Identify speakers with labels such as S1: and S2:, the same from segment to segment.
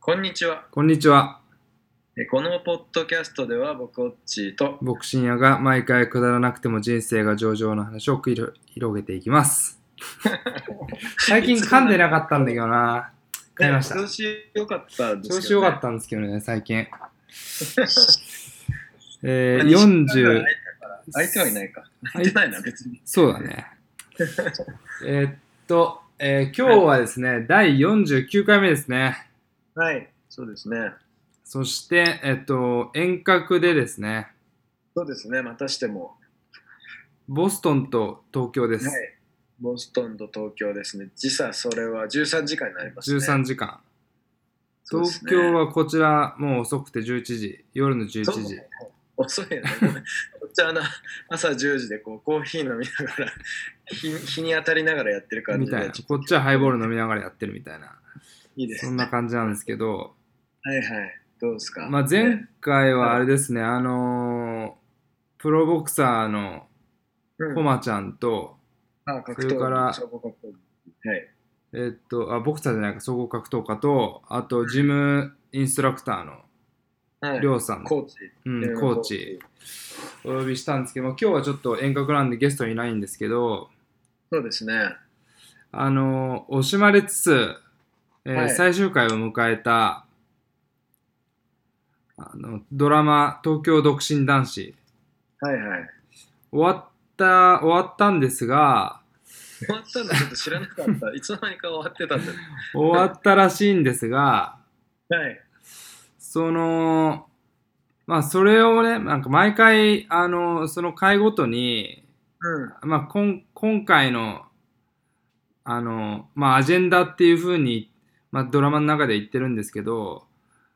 S1: こんにちは。
S2: こんにちは。
S1: えこのポッドキャストでは僕オッチーと
S2: ボクシンヤが毎回くだらなくても人生が上々の話を繰り広げていきます。 最近噛んでなかったんだけどな。噛みました。
S1: 調子良かったですけど、ね。
S2: 調子良かったんですけどね、最 近。えー、
S1: 西村が
S2: 40、
S1: 相手はいないか。
S2: は
S1: 相
S2: い
S1: 手ないな、別に。
S2: そうだ ね。えーっと、えー今日はですね、第49回目ですね。
S1: はい、そうですね。
S2: そして、えーっと、遠隔でですね、
S1: そうですね、またしても。
S2: ボストンと東京で
S1: はい
S2: す。。
S1: ボストンと東京ですね。時差、それは13時間になりますね。
S2: 13時間。
S1: そうです
S2: 東
S1: ね
S2: 京はこちら、もう遅くて11時、夜の11
S1: そう
S2: 時。
S1: 遅いよね。ごめんこっちはあの朝10時でこうコーヒー飲みながら日、日に当たりながらやってる感
S2: み
S1: じで、
S2: たいな
S1: ちょっと
S2: こっちはハイボール飲みながらやってるみたいない
S1: いです
S2: そん
S1: ね。
S2: な感じなんですけど、
S1: はいはい。どうですか、
S2: まあ、
S1: ね
S2: 前回はあれですねあのープロボクサーの
S1: うん
S2: コマちゃんと,、
S1: あ格闘技
S2: それから
S1: 消防格闘技はい。
S2: えっとあボクサーじゃないか総合格闘家とあとジムインストラクターの
S1: はい、
S2: りょうさん、
S1: コーチ。
S2: うん、コーチ。お呼びしたんですけど今日はちょっと遠隔なんでゲストいないんですけど
S1: そうですね。
S2: あのー惜しまれつつ、えー
S1: はい
S2: 最終回を迎えたあのドラマ「東京独身男子」
S1: はいはい。
S2: 終わった終わったんですが
S1: 終わったんだ、ちょっと知らなかった。 いつの間にか終わってたんだ。
S2: 終わったらしいんですが
S1: はい。
S2: そのまあそれをねなんか毎回あのその回ごとに、
S1: うん。
S2: まあ、こん今回のあの、まあ、アジェンダっていうふうに、まあ、ドラマの中で言ってるんですけど、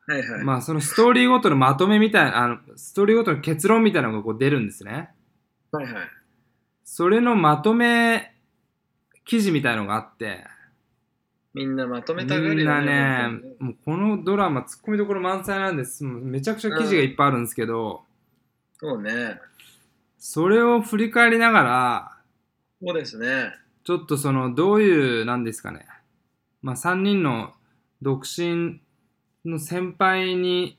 S1: はいはい。
S2: まあ、そのストーリーごとのまとめみたいなあのストーリーごとの結論みたいなのがこう出るんですね。
S1: はいはい。
S2: それのまとめ記事みたいのがあって
S1: みんなまとめたが
S2: み
S1: る
S2: ん
S1: よ
S2: なね
S1: 本、
S2: もうこのドラマ、ツッコミどころ満載なんです。もうめちゃくちゃ記事がいっぱいあるんですけど、
S1: 当にそうね。
S2: それを振り返りながら、
S1: そうですね。
S2: ちょっとその、どういう、なんですかね、まあ、3人の独身の先輩に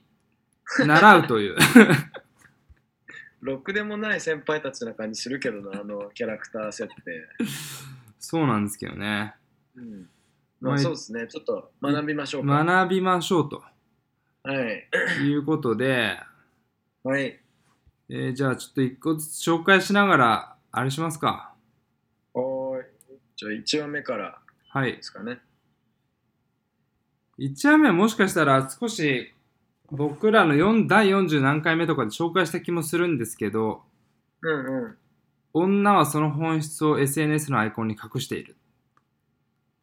S2: 習うと いう、
S1: ろくでもない先輩たちな感じするけどな、あのキャラクター設定。
S2: そうなんですけどね、
S1: うん。ま
S2: ま
S1: あ
S2: あ
S1: そうですね。ちょっと学びましょうか。
S2: 学びましょうと
S1: はい。
S2: いうことで、
S1: はい。
S2: えーじゃあちょっと1個ずつ紹介しながら、あれしますか。
S1: おーい。じゃあ1話目から
S2: はい
S1: で。すかね。
S2: 1話目はもしかしたら少し僕らの4第40何回目とかで紹介した気もするんですけど
S1: うんうん。
S2: 女はその本質を SNS のアイコンに隠している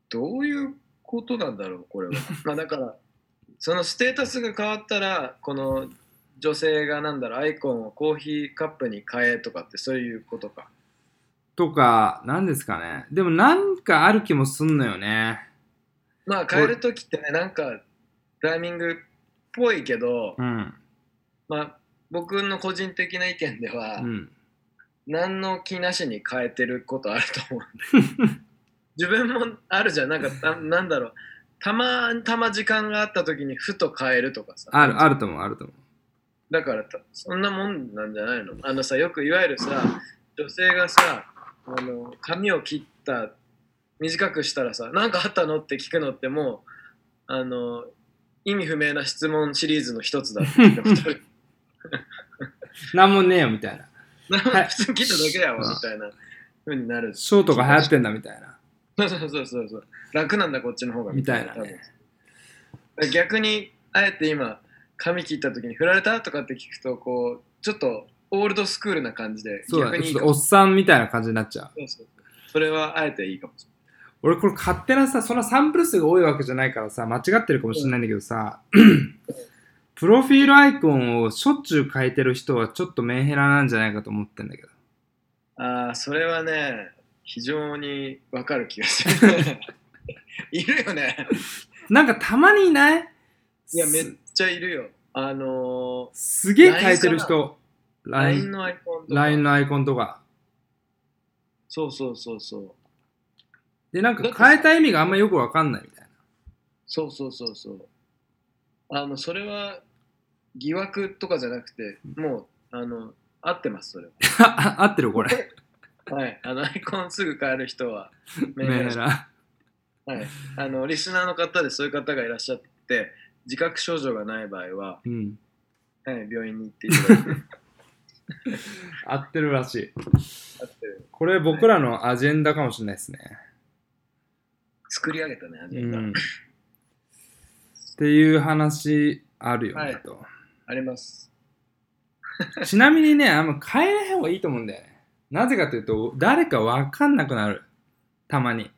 S1: どういうことなんだろうこれは まあだからそのステータスが変わったらこの女性がなんだろうアイコンをコーヒーカップに変えとかってそういうことか
S2: とか何ですかねでもなんかある気もすんのよね
S1: まあ変える時ってねなんかタイミングっぽいけど、
S2: うん
S1: まあ僕の個人的な意見では、
S2: うん
S1: 何の気なしに変えてることあると思 うんで自分もあるじゃんなんかたなんだろうたまたま時間があった時にふと変えるとかさ
S2: あるあると思うあると思
S1: だからたそんなもんなんじゃないのあのさよくいわゆるさ女性がさあの髪を切った短くしたらさ何かあったのって聞くのってもうあの意味不明な質問シリーズの一つだって 聞いたことある
S2: うなんもねえよみたいな
S1: なん
S2: は
S1: か
S2: い
S1: 普通に切っただけやわみたいな風になる
S2: ショートが流行ってんだみたいな
S1: そうそうそうそうそう楽なんだこっちの方が
S2: みたいなね
S1: 多分逆にあえて今髪切った時に振られたとかって聞くとこうちょっとオールドスクールな感じで
S2: そうだ
S1: 逆
S2: ね
S1: にいい
S2: ちょ
S1: か
S2: っ
S1: も
S2: とおっさんみたいな感じになっちゃう
S1: そうそうそれはあえていいかもし
S2: 俺これ勝手なさそのサンプル数が多いわけじゃないからさ間違ってるかもしれないんだけどさプロフィールアイコンをしょっちゅう変えてる人はちょっとメンヘラなんじゃないかと思ってんだけど
S1: れない。ああ、それはね、非常にわかる気がす る。いるよね。
S2: なんかたまにいない
S1: いや、めっ
S2: す
S1: ちゃいるよ。あの
S2: すげえ変えてる人
S1: ー、LINE
S2: LINE
S1: のアイコンとか。
S2: LINE のアイコンとか
S1: そうそうそうそう。
S2: でなんか変えた意味があんまよくわかんないみたいな
S1: そうそうそうそう。あのそれは疑惑とかじゃなくてもうあの合ってますそれ
S2: あ あ合ってるこれ。
S1: ははいあのアイコンすぐ変える人 はメ
S2: メ
S1: ンヘラ
S2: ンヘラ。
S1: はい、あのリスナーの方でそういう方がいらっしゃって自覚症状がない場合は、
S2: うん。
S1: はい、病院に行っていただいて
S2: 合ってるらしい。
S1: 合ってる
S2: これ僕らのアジェンダかもしれないですね。
S1: 作り上げたねアジ
S2: う
S1: ェンダ、
S2: ん。っていう話あるよ
S1: は
S2: ね
S1: い
S2: と。
S1: あります
S2: ちなみにね、あんま変えない方がいいと思うんだよね。なぜかというと、誰かわかんなくなる。たまに。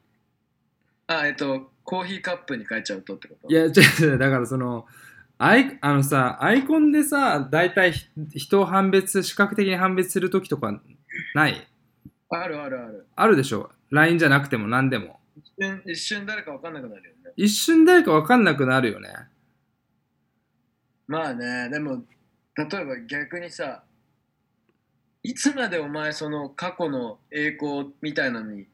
S1: あえっとコーヒーカップに変えちゃうとってこと
S2: いや、違う違う、だからその、アイあのさ、アイコンでさ、大体ひ人を判別、視覚的に判別するときとかない
S1: あるあるある
S2: あるでしょ ?LINE じゃなくても何でも。
S1: 一瞬一瞬誰か分かんなくなるよね
S2: 一瞬誰かわかんなくなるよね。
S1: まあねでも例えば逆にさいつまでお前その過去の栄光みたいなのに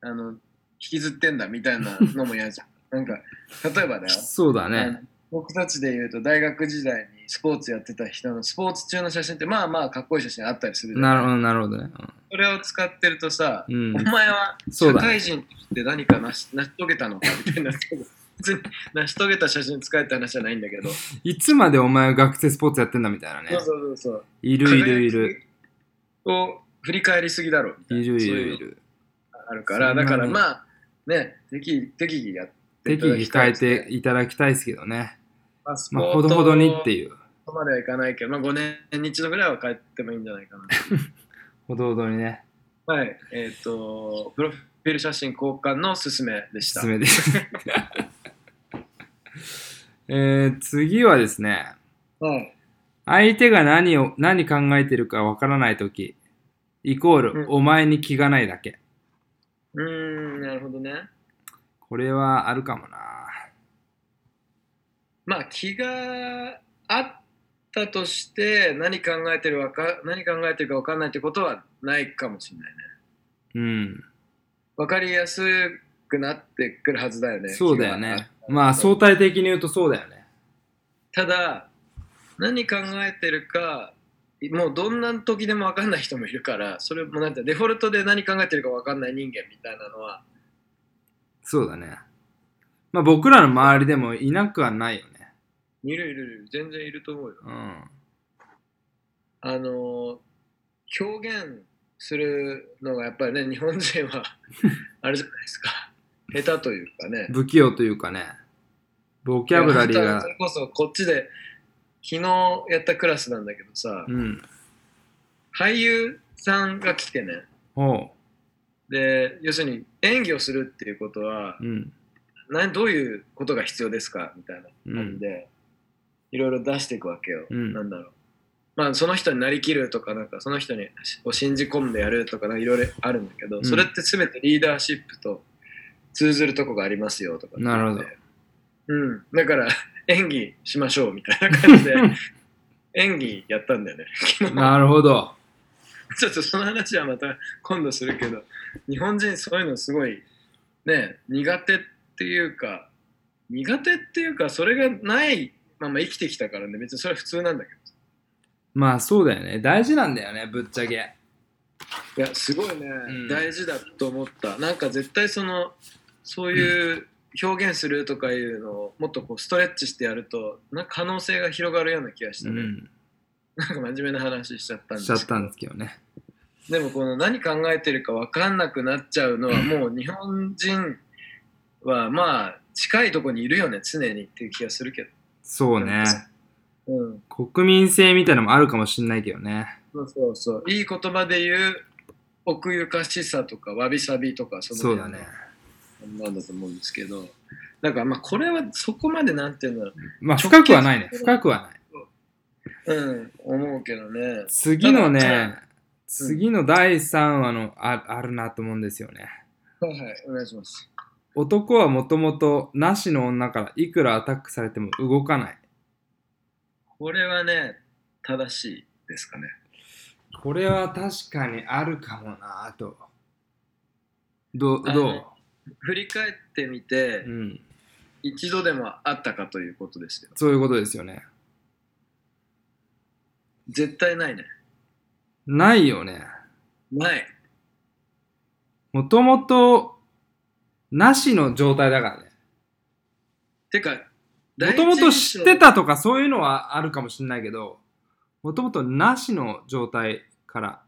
S1: あの引きずってんだみたいなのも嫌 じゃんなんか例えばだよ
S2: そうだ
S1: あ
S2: ね
S1: の。僕たちで言うと大学時代にスポーツやってた人のスポーツ中の写真ってまあまあかっこいい写真あったりするじゃん
S2: なるほど、なるほどね。
S1: それを使ってるとさ、
S2: うん。う
S1: お
S2: ん
S1: 前は
S2: そ
S1: 社
S2: うだね
S1: 会人って何かなし成し遂げたのかみたいな別に成し遂げた写真使えって話じゃないんだけど、
S2: いつまでお前学生スポーツやってんだみたいなね
S1: そう。そうそう
S2: い
S1: そう
S2: るいるいる。
S1: 輝きを振り返りすぎだろみた
S2: い
S1: いな
S2: るい
S1: そう
S2: る
S1: う
S2: いる。
S1: のがあるから
S2: そんな
S1: だ
S2: に
S1: からまあね適宜適宜やってい
S2: 適
S1: ただ
S2: 宜
S1: き
S2: 控
S1: たい
S2: え
S1: ですね
S2: ていただきたいですけどね。
S1: まあスポ
S2: ま
S1: ー
S2: あ、
S1: ツ
S2: ほどほどにっていう。
S1: とまではいかないけど、まあ、5年に一度ぐらいは帰ってもいいんじゃないかな
S2: ほどほどにね。
S1: はい、えっ、と、プロフィール写真交換のすすめでした。
S2: 進めて。 えー、次はですね、
S1: はい、
S2: 相手が何を何考えてるかわからないとき、イコー
S1: うん
S2: ル、お前に気がないだけ。
S1: うーん、なるほどね。
S2: これはあるかもな。
S1: まあ、気があったとして、何考えてるわか、何考えてるか分かんないってことはないかもしれないね。
S2: うん。
S1: 分かりやすくなってくるはずだよね。
S2: そうだよ
S1: 気が
S2: ね。まあ、相対的に言うとそうだよね。
S1: ただ、何考えてるか、もうどんな時でも分かんない人もいるから、それもなんてデフォルトで何考えてるか分かんない人間みたいなのは、
S2: そうだね。まあ、僕らの周りでもいなくはないよね。
S1: いるいるいる、全然いると思うよ。
S2: うん。
S1: あの表現するのがやっぱりね日本人 はあれじゃないですか下手というかね
S2: 不器用というかね、ボキャブラリー
S1: いや本当は
S2: が
S1: そ、れこそこっちで昨日やったクラスなんだけどさ、
S2: うん。
S1: 俳優さんが来てね
S2: ほ
S1: で要するに演技をするっていうことは
S2: う。うん。
S1: 何どういうことが必要ですかみたいな
S2: う
S1: 感じ
S2: ん。
S1: で、いろいろ出していくわけよ、
S2: うん
S1: なんだろうまあその人になりきるとかなんかその人にを信じ込んでやるとかなんかいろいろあるんだけど、
S2: ん
S1: それって全てリーダーシップと通ずるとこがありますよとかって言って
S2: なるほど
S1: うんだから 演技しましょうみたいな感 じで演技やったんだよね昨日
S2: なるほど。
S1: ちょっとその話はまた今度するけど日本人そういうのすごいね苦手っていうか苦手っていうかそれがないまま生きてきたからね別にそれは普通なんだけ
S2: まあそうだよね。大事なんだよね、ぶっちゃけ。
S1: どいやすごいね、
S2: うん
S1: 大事だと思ったなんか絶対そのそういう表現するとかいうのをもっとこうストレッチしてやるとなんか可能性が広がるような気がした
S2: う
S1: ね、
S2: ん。
S1: なんか真面目な話しちゃったんですけ
S2: しちゃ
S1: ど
S2: ったんですけどね。
S1: でもこの何考えてるか分かんなくなっちゃうのはもう日本人はまあ近いとこにいるよね常にっていう気がするけ
S2: そうね。
S1: ど、うん、
S2: 国民性みたいなのもあるかもしんないけどね。
S1: そうそうそういい言葉で言う奥ゆかしさとかわびさびとかその
S2: そうだ
S1: 辺の
S2: ね。
S1: なんだと思うんですけどだからまあこれはそこまでなんていうんだろ
S2: まあ
S1: 直
S2: 深くはないね。
S1: 結
S2: 深くは
S1: う、
S2: ない。
S1: うん、思うけどね
S2: 次の
S1: ただうん
S2: ね、次の第3話のああるなと思うんですよね。
S1: はいはいお願いします
S2: 男はもともとなしの女からいくらアタックされても動かない。
S1: これはね正しいですかね
S2: これは確かにあるかもなぁと。どう
S1: あ
S2: ど
S1: の振り返ってみて、
S2: ううん。
S1: 一度でもあったかということですよ。
S2: そういうことですよね。
S1: 絶対ないね。
S2: ないよね。
S1: ない。
S2: もともと、なしの状態だからね。
S1: てか、
S2: もともと知ってたとかそういうのはあるかもしれないけど、もともとなしの状態から、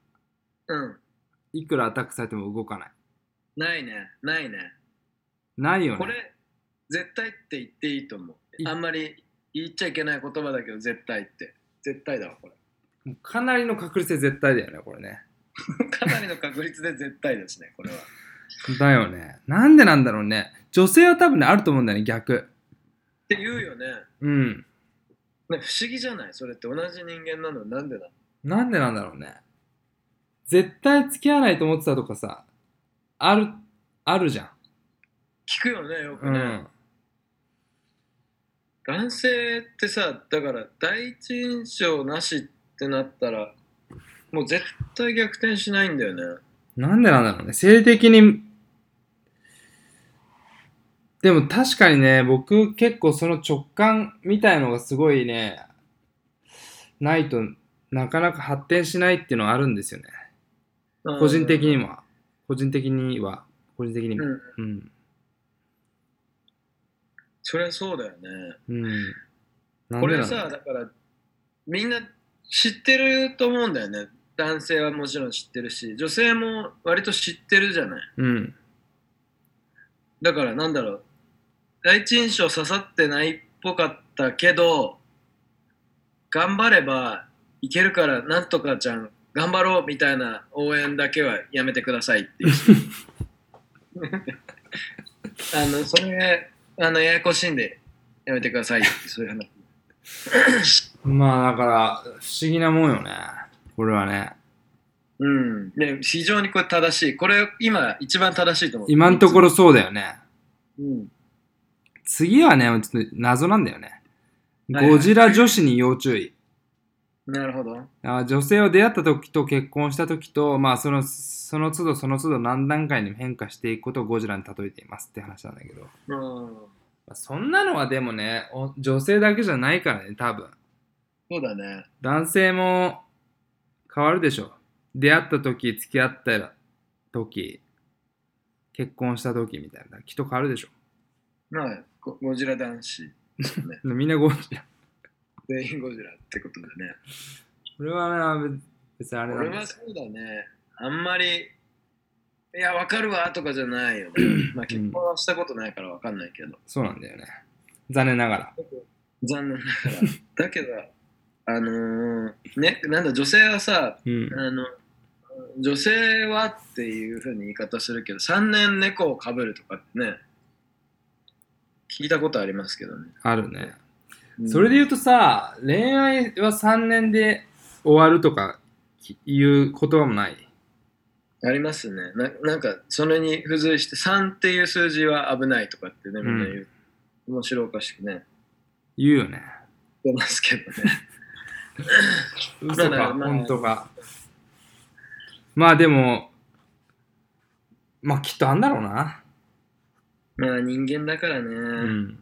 S1: 第一印象。うん。
S2: いくらアタックされても動かない。
S1: ないね。ないね。
S2: ないよ
S1: こ
S2: ね。
S1: れ、絶対って言っていいと思。
S2: いう
S1: あんまり言っちゃいけない言葉だけど、絶対って。絶対だわ、これ。
S2: もうかなりの確率で絶対だよね、これね。
S1: かなりの確率で絶対ですね、これは。
S2: だよね。なんでなんだろうね。女性は多分ね、あると思うんだよね、逆。
S1: って言うよね。
S2: うん。
S1: ね不思議じゃないそれって同じ人間なのになんでだ
S2: なんでなんだろうね。絶対付き合わないと思ってたとかさ、ある、あるじゃん。
S1: 聞くよね、よく
S2: う
S1: ね。
S2: ん。
S1: 男性ってさだから第一印象なしってなったらもう絶対逆転しないんだよね
S2: なんでなんだろうね。性的に、でも確かにね、僕結構その直感みたいのがすごいね、ないとなかなか発展しないっていうのはあるんですよね。個人的には。個人的には。個人的に
S1: う
S2: も。
S1: ん
S2: うん。
S1: そりゃそうだよね
S2: うん。なん
S1: こ
S2: で
S1: れ
S2: なんだろう
S1: さだからみんな知ってると思うんだよね男性はもちろん知ってるし女性も割と知ってるじゃない
S2: うん。
S1: だからなんだろう第一印象刺さってないっぽかったけど頑張ればいけるからなんとかちゃん頑張ろうみたいな応援だけはやめてくださいって いうあのそれあのややこしいんでやめてくださいってそういう話
S2: まあだから、不思議なもんよね。これはね。
S1: うんね非常にこれ正しいこれ今一番正しいと思う
S2: 今のところそうだよね。
S1: うん
S2: 次はね、ちょっと謎なんだよね。
S1: はいはい
S2: ゴジラ女子に要注意。
S1: なるほど
S2: あ女性を出会った時と結婚した時と、まあその、その都度その都度何段階にも変化していくことをゴジラに例えていますって話なんだけど。ま
S1: うん
S2: あそんなのはでもね、お女性だけじゃないからね、多分。
S1: そうだね
S2: 男性も変わるでしょ出会った時付き合った時結婚した時みたいなきっと変わるでしょ
S1: まあゴゴジラ男子ですね
S2: みんなゴジラ
S1: 全員ゴジラってことだね。
S2: これはね別にあれなん
S1: 俺
S2: で
S1: は
S2: す
S1: そうだね。あんまり、いや、わかるわとかじゃないよね。 まあ、結婚はしたことないからわかんないけど。
S2: そうなんだよね残念ながら
S1: 残念なが ら。だけど、あのーね、なんだ、女性はさ、
S2: うん
S1: あの、女性はっていうふうに言い方するけど、3年猫をかぶるとかってね、聞いたことありますけどね。
S2: あるね
S1: うん
S2: それで言うとさ恋愛は3年で終わるとかきいう言葉もない
S1: ありますねな。なんか、それに付随して3っていう数字は危ないとかってね、みんな言う。面白おかしくね。
S2: 言うよね
S1: 言ってますけどね。
S2: 嘘
S1: ま
S2: か
S1: あまあ
S2: 本当かまあでもまあきっとあんだろうな
S1: まあ人間だから
S2: う
S1: ね。
S2: ん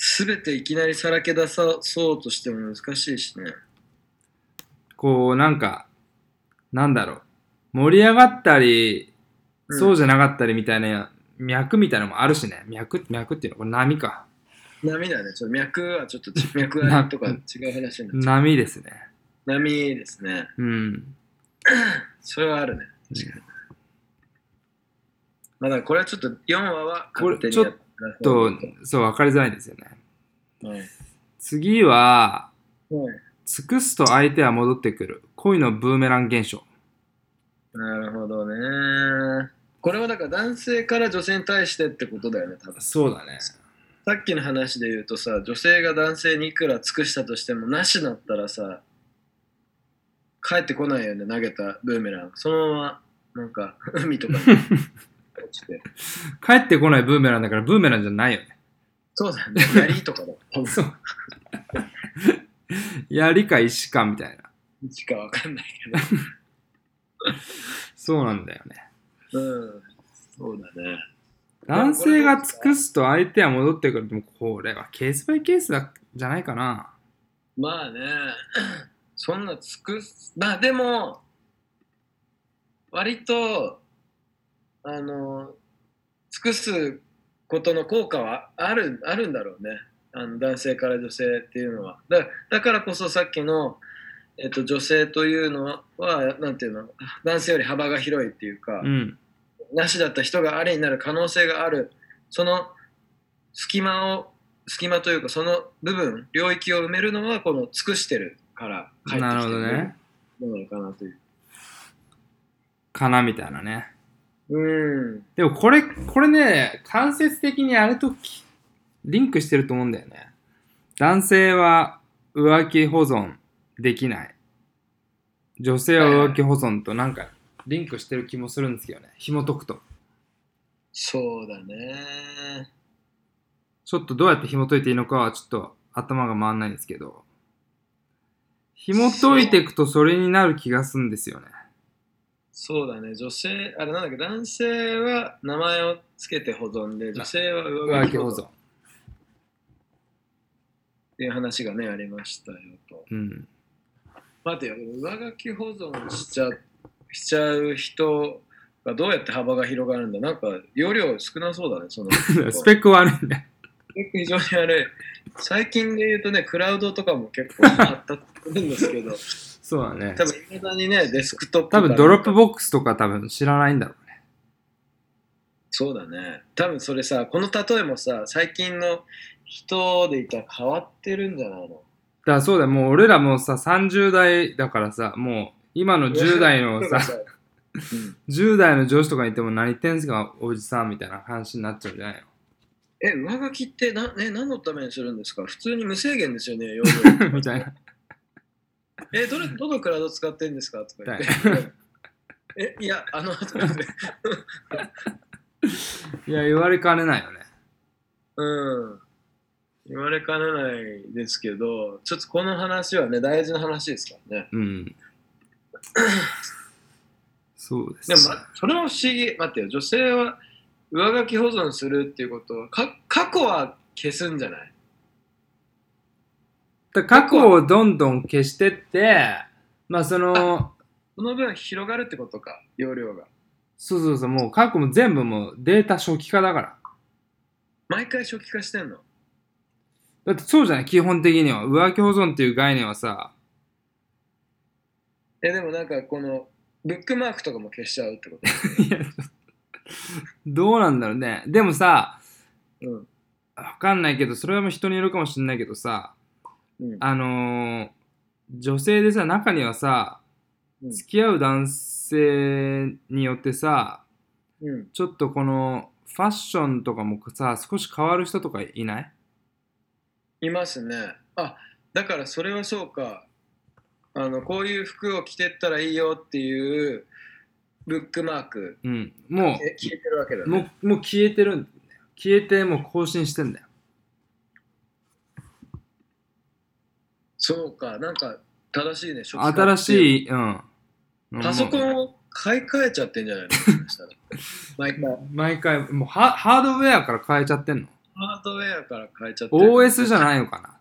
S1: すべ、ていきなりさらけ出さそうとしても難しいしね。
S2: こうなんかなんだろう盛り上がったり、
S1: うん
S2: そうじゃなかったりみたいな脈みたいなのもあるしね脈脈っていうのはこれ波か
S1: 波だね。ちょっと脈はちょっとち脈ありとか違う話になっちゃ
S2: 波ですね
S1: う。波ですね。
S2: うん
S1: それはあるね。確かに。まあだからこれはちょっと4話は勝手にやって
S2: とそう分かりづらいんですよね
S1: はい。
S2: 次は
S1: はい
S2: 尽くすと相手は戻ってくる恋のブーメラン現象
S1: なるほどね。これはだから男性から女性に対してってことだよね、多分。
S2: そうだね
S1: さっきの話で言うとさ女性が男性にいくら尽くしたとしてもなしだったらさ帰ってこないよね投げたブーメランそのままなんか 海とかに落ちて
S2: 帰ってこないブーメランだからブーメランじゃないよね
S1: そうだよね槍とかだ 多分
S2: そう 槍か石かみたいな
S1: しかわかんない
S2: そうなんだよね
S1: けどうんそうだね
S2: 男性が尽くすと相手は戻ってくる。でもこれはケースバイケースだじゃないかな。
S1: まあね、 そんな尽くす、まあでも、割と、あの、尽くすことの効果はあるあるんだろうね。あの男性から女性っていうのは。だだからこそさっきの、えっと、女性というのは、なんていうの、男性より幅が広いっていうか、
S2: うん。
S1: なしだった人があれになる可能性があるその隙間を隙間というかその部分領域を埋めるのはこの尽くしてるから返って
S2: な
S1: きて
S2: るほ
S1: る
S2: どね。
S1: ものかなという
S2: かなみたいなね。
S1: うん
S2: でもこれ、これね、間接的にあれときリンクしてると思うんだよね。男性は浮気保存できない。女性は浮気保存となんかリンクしてる気もするんですけどね。紐解くと。
S1: そうだね
S2: ちょっとどうやって紐解いていいのかはちょっと頭が回んないんですけど。紐解いていくとそれになる気がするんですよね。
S1: そうだね女性あれなんだっけ男性は名前をつけて保存で女性は
S2: 浮
S1: 浮
S2: 気
S1: 気保
S2: 保
S1: 存っ
S2: 存。
S1: ていう話がねありましたよと
S2: うん。
S1: 待てよ上書き保存しちゃしちゃう人がどうやって幅が広がるんだなんか容量少なそうだねその
S2: スペック悪いんだよ。
S1: 結構非常に悪い最近で言うとねクラウドとかも結構発達するんです けど
S2: そうだね
S1: 多。分いまだにねデスクトップ
S2: 多分ドロップ
S1: ック
S2: ボックスとか多分知らないんだろうね。
S1: そうだね多分それさこの例えもさ最近の人でいたら変わってるんじゃないの
S2: だからそうだよ、もう俺らもうさ、30代だからさ、もう今の10代のさ、
S1: うん
S2: 10代の上司とかにいても何言ってんすか、おじさんみたいな話になっちゃうんじゃ ない
S1: え上書きってな、ね、何のためにするんですか普通に無制限ですよね容
S2: の
S1: 量
S2: みたいな。
S1: え、どれ、どのクラウド使ってんですかとか言って。え、いや、あの、とか言って
S2: いや、言われかねないよね。
S1: うん。言われかねないですけど、ちょっとこの話はね、大事な話ですからね。
S2: うん。そうです
S1: でも、まそれは不思議。待ってよ、女性は上書き保存するっていうことは、か過去は消すんじゃない
S2: だから過去をどんどん消してって、まあその、
S1: その分広がるってことか、容量が。
S2: そうそうそう、もう過去も全部もうデータ初期化だから。
S1: 毎回初期化してんの
S2: だってそうじゃない基本的には。浮気保存っていう概念はさ、
S1: え、でもなんかこの、ブックマークとかも消しちゃうってこと。
S2: いや、ちょっとどうなんだろうね。でもさ、
S1: うん。
S2: わかんないけど、それはもう人によるかもしんないけどさ、
S1: うん、
S2: あのー女性でさ、中にはさ、
S1: うん
S2: 付き合う男性によってさ、
S1: うん。
S2: ちょっとこのファッションとかもさ、少し変わる人とかいない
S1: いますね。あだからそれはそうかあの。こういう服を着てったらいいよっていうブックマーク、
S2: うん。も
S1: え消えてるわけだ
S2: う、
S1: ね。
S2: もう、もう消えてるんだよ。消えて、もう更新してんだよ。
S1: そうか、なんか正しいね、
S2: 新
S1: い。
S2: しい、うん。
S1: パソコ
S2: もう
S1: ンを買い替えちゃってんじゃない のもしかしたら毎回
S2: 毎回、もうハハードウェアから変えちゃってんの
S1: ハードウェアから変えちゃってる
S2: ?OS じゃないのかな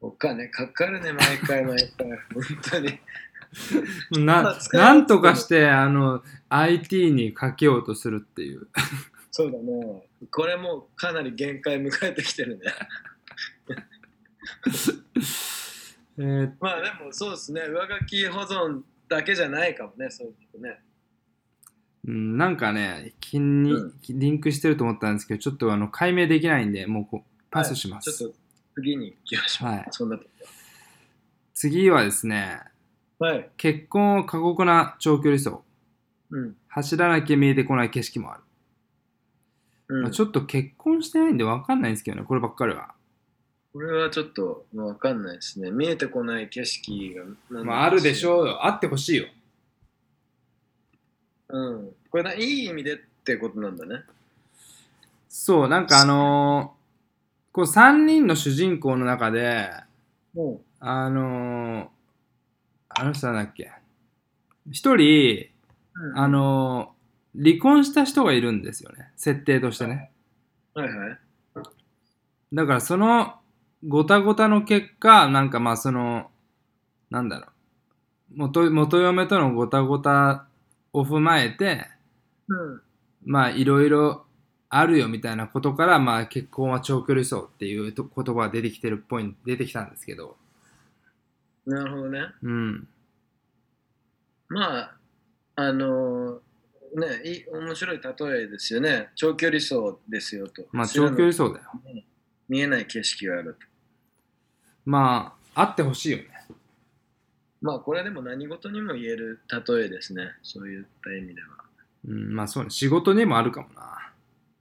S1: お金かかるね、毎回毎回。本当に。
S2: ななんとかしてあの IT にかけようとするっていう
S1: そうだね。これもうかなり限界迎えてきてるね。
S2: えー
S1: まあでもそうですね、上書き保存だけじゃないかもね、そういうね。
S2: うんなんかね気に
S1: う
S2: リンクしてると思ったんですけどちょっとあの解明できないんでもうこうパスしま
S1: ちょっ
S2: す、
S1: と次に行きましょう。
S2: はい
S1: そんなと
S2: 次はですね
S1: こはい。
S2: 結婚を過酷な長距離走
S1: うん。
S2: 走らなきゃ見えてこない景色もある、
S1: う
S2: まあ
S1: ん、
S2: ちょっと結婚してないんで分かんないんですけどねこればっかりは、
S1: これはちょっともうわかんないですね。見えてこない景色が。
S2: まあ、あるでし
S1: う。
S2: ょうよあってほしいよ
S1: うん。これないい意味でってことなんだね。
S2: そうなんかあのーこう3人の主人公の中で
S1: も
S2: あのー、あの人なんだっけ一人、
S1: うん。
S2: あの離婚した人がいるんですよね設定としてね
S1: はいはい。
S2: だからそのごたごたの結果なんかまあそのなんだろう元元嫁とのごたごたを踏まえて
S1: うん。
S2: まあいろいろあるよみたいなことからまあ結婚は長距離走っていうと言葉が出てきてるっぽい出てきたんですけど
S1: なるほどね。
S2: うん
S1: まあ、あのーね、いい面白い例えですよね。長距離走ですよと。
S2: まあ長距離
S1: 知らない
S2: 走だよ
S1: 見えない景色があると。
S2: まああってほしいよね
S1: まあ、これでも何事にも言える例えですね。そういった意味では。
S2: うんまあそうね仕事にもあるかもな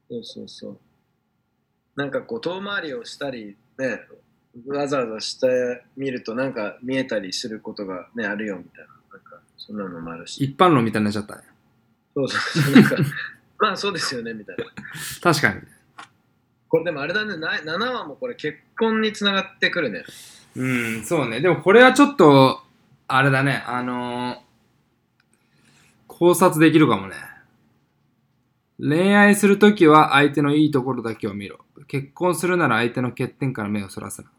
S1: そうそうそう。なんかこう遠回りをしたりね、わざわざしてみるとなんか見えたりすることがね、あるよみたいな。なんかそんなのもあるし。
S2: 一般論みたいになっちゃったね
S1: そうそうそう。なんか まあそうですよねみたいな。
S2: 確かに
S1: これでもあれだね、な7話もこれ結婚につながってくるね。
S2: うん、そうね。でもこれはちょっと、あれだね、あのー考察できるかもね。恋愛するときは相手のいいところだけを見ろ。結婚するなら相手の欠点から目をそらすな。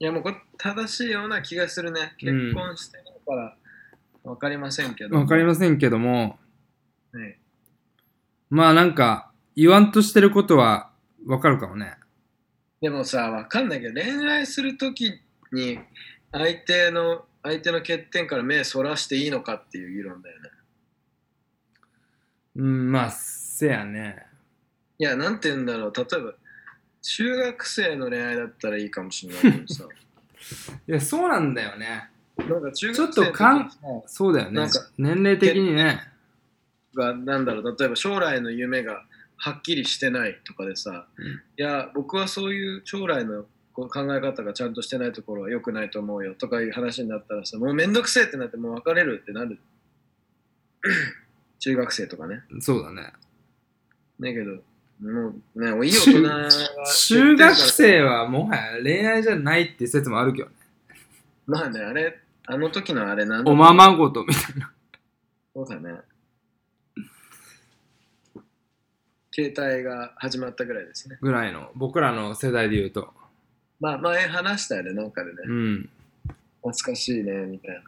S1: いやもうこれ正しいような気がするね。
S2: うん
S1: 結婚してないから分かりませんけど。
S2: わかり
S1: ま
S2: ませんけども、
S1: す。ね、
S2: まあなんか、言わんとしてることはわかるかもね。
S1: でもさ、わかんないけど、恋愛するときに相手の相手の欠点から目そらしていいのかっていう議論だよね。
S2: うん、まあ、せやね。
S1: いや、なんて言うんだろう、例えば、中学生の恋愛だったらいいかもしれないけどさ、
S2: いや、そうなんだよね。
S1: なんか中学生
S2: ちょっとかん
S1: の時にさ
S2: そうだよ
S1: な
S2: ね
S1: んか。
S2: 年齢的にね。
S1: が、なんだろう、例えば将来の夢がはっきりしてないとかでさ、
S2: うん
S1: いや、僕はそういう将来のこう考え方がちゃんとしてないところは良くないと思うよとかいう話になったらさ、もうめんどくせえってなって、もう別れるってなる。 中学生とかね。
S2: そうだね。
S1: だけど、もうね、いい大人が
S2: 中学生はもはや恋愛じゃないって説もあるけどね
S1: まあね、あれ、あの時のあれなんだ
S2: おままごとみたいな。
S1: そうだね。携帯が始まったぐらいですね。
S2: ぐらいの、僕らの世代で言うと。
S1: まあ前話したよね、なんかでね。
S2: うん。
S1: 懐かしいね、みたいな。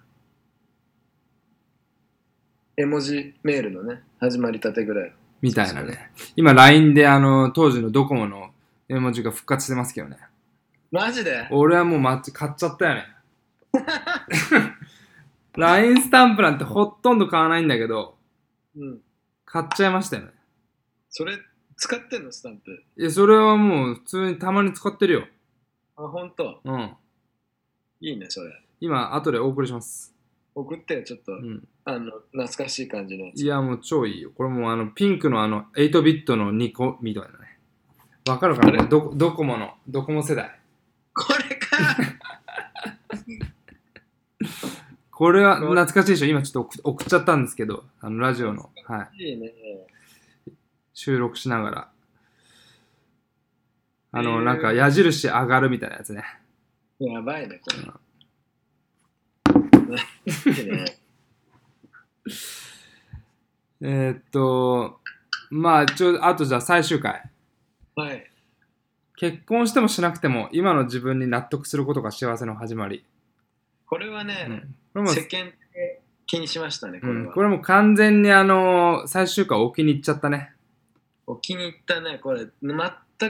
S1: 絵文字メールのね、始まりたてぐらい。
S2: みたいなね。今、LINE で、あの、当時のドコモの絵文字が復活してますけどね。
S1: マジで
S2: 俺はもうマッチ買っちゃったよね。LINE スタンプなんてほとんど買わないんだけど、
S1: うん。
S2: 買っちゃいましたよね。
S1: それ、使ってんの、スタンプ。
S2: いや、それはもう普通にたまに使ってるよ。
S1: あ、ほんと。
S2: うん。
S1: いいね、それ。
S2: 今、後でお送りします。
S1: 送ってよ、ちょっと、
S2: うん。
S1: あの、懐かしい感じのやつ
S2: いや、もう超いいよ。これもうあの、ピンクのあの、8ビットの2個みたいなね。わかるかなドドコモの、ドコモ世代。
S1: これか
S2: これは懐かしいでしょ今ちょっと送送っちゃったんですけど、あのラジオの、はい、
S1: い いね。
S2: 収録しながら。あ
S1: え
S2: の、
S1: ー
S2: なんか矢印上がるみたいなやつね。
S1: やばいね、これ。いい ね。
S2: えーっと、まあ、ちょ、あとじゃあ最終回。
S1: はい。
S2: 結婚してもしなくても、今の自分に納得することが幸せの始まり。
S1: これは
S2: う
S1: ね、
S2: んこれも
S1: 世間で気にしましたね、こ
S2: う
S1: れ
S2: ん、
S1: は。
S2: これも完全にあの最終回置きに行っちゃったね。
S1: お気に入ったね、これ、全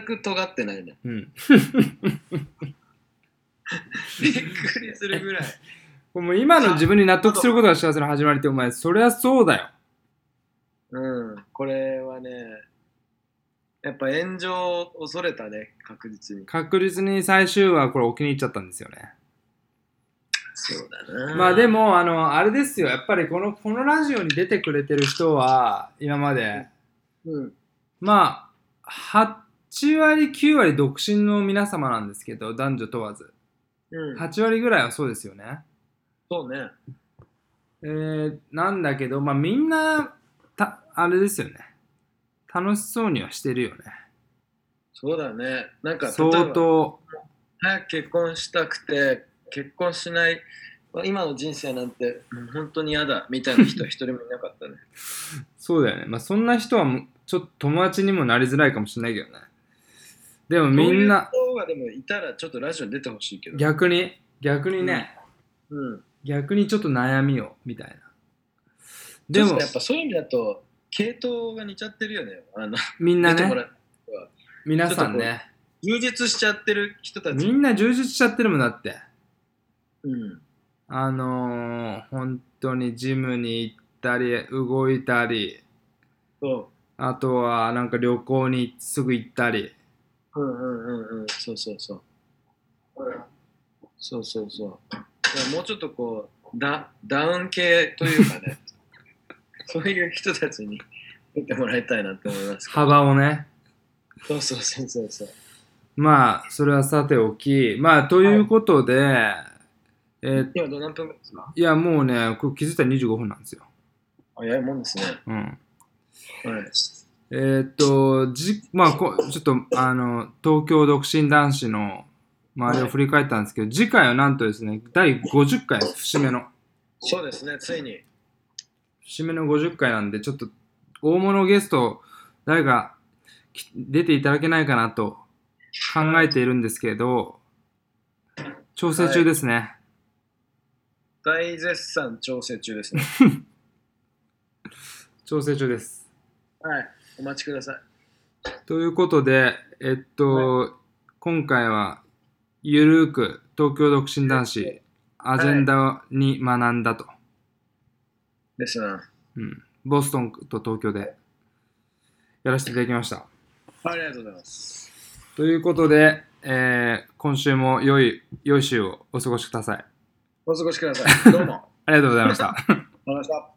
S1: く尖ってない ね。
S2: うん。
S1: びっくりするぐらい。
S2: これもう今の自分に納得することが幸せの始まりって、お前、そりゃそうだよ。
S1: うん、これはね、やっぱ炎上を恐れたね、確実に。
S2: 確実に最終話、これ置きに行っちゃったんですよね。
S1: そうだな。
S2: まあで
S1: も、
S2: もあのあれですよやっぱりこのこのラジオに出てくれてる人は今まで
S1: うん、
S2: まあ8割9割独身の皆様なんですけど男女問わず
S1: うん、
S2: 8割ぐらいはそうですよね、
S1: そうね。
S2: えー、なんだけどまあみんなたあれですよね楽しそうにはしてるよね
S1: そうだね。なんか、例え
S2: 相
S1: ば、
S2: 当
S1: 早く結婚したくて、結婚しない今の人生なんてもう本当に嫌だみたいな 人は一人もいなかったね。
S2: そうだよね。まあそんな人はもうちょっと友達にもなりづらいかもしれないけどね。でもみんな、
S1: そういう人がでもいたらちょっとラジオに出てほしいけど。
S2: 逆に、逆にね、
S1: うん、
S2: 逆にちょっと悩みを、みたいな。
S1: で
S2: で
S1: も
S2: も
S1: や、っぱそういう意味だと系統が似ちゃってるよね。あの
S2: みんな
S1: 出てもら
S2: ね、
S1: う
S2: 皆さんね、
S1: 充実しちゃってる人た
S2: み
S1: ち。
S2: んな充実しちゃってるもんだって。
S1: うん、
S2: あのー、本当にジムに行ったり、動いたり、
S1: そ
S2: あとはなんか旅行にすぐ行ったり。
S1: う。うんうんうんうん。そうそうそう。うんそうそうそう。だからもうちょっとこうダダウン系というか ね、そういう人たちに出てもらいたいなと思います。
S2: 幅をね。
S1: そうそうそうそうそう。
S2: まあ、それはさておき。まあ、ということで、えー
S1: 今どう何分ぐらいですか
S2: いや、もうね、これ気づいたら25分なんですよ。
S1: 早いもんですね。
S2: うん。
S1: はい。
S2: えーっと、じ、まあこ、ちょっと、あの、東京独身男子の周りを振り返ったんですけど、次回はなんとですね、第50回、節目の。
S1: そうですね、ついに。
S2: 節目の50回なんで、ちょっと、大物ゲスト、誰かき出ていただけないかなと考えているんですけど、調整中ですね。
S1: 大絶賛調整中ですね。
S2: 調整中です。
S1: はい。お待ちください。
S2: ということで、えっと、今回は、ゆるーく東京独身男子、アジェンダに学んだと。
S1: ですな。
S2: うん。ボストンと東京で、やらせていただきました。
S1: ありがとうございます。
S2: ということで、えー今週も良い、良い週をお過ごしください。
S1: お過ごしください。どうも。ありがとう
S2: ありがとうございました。
S1: ございました。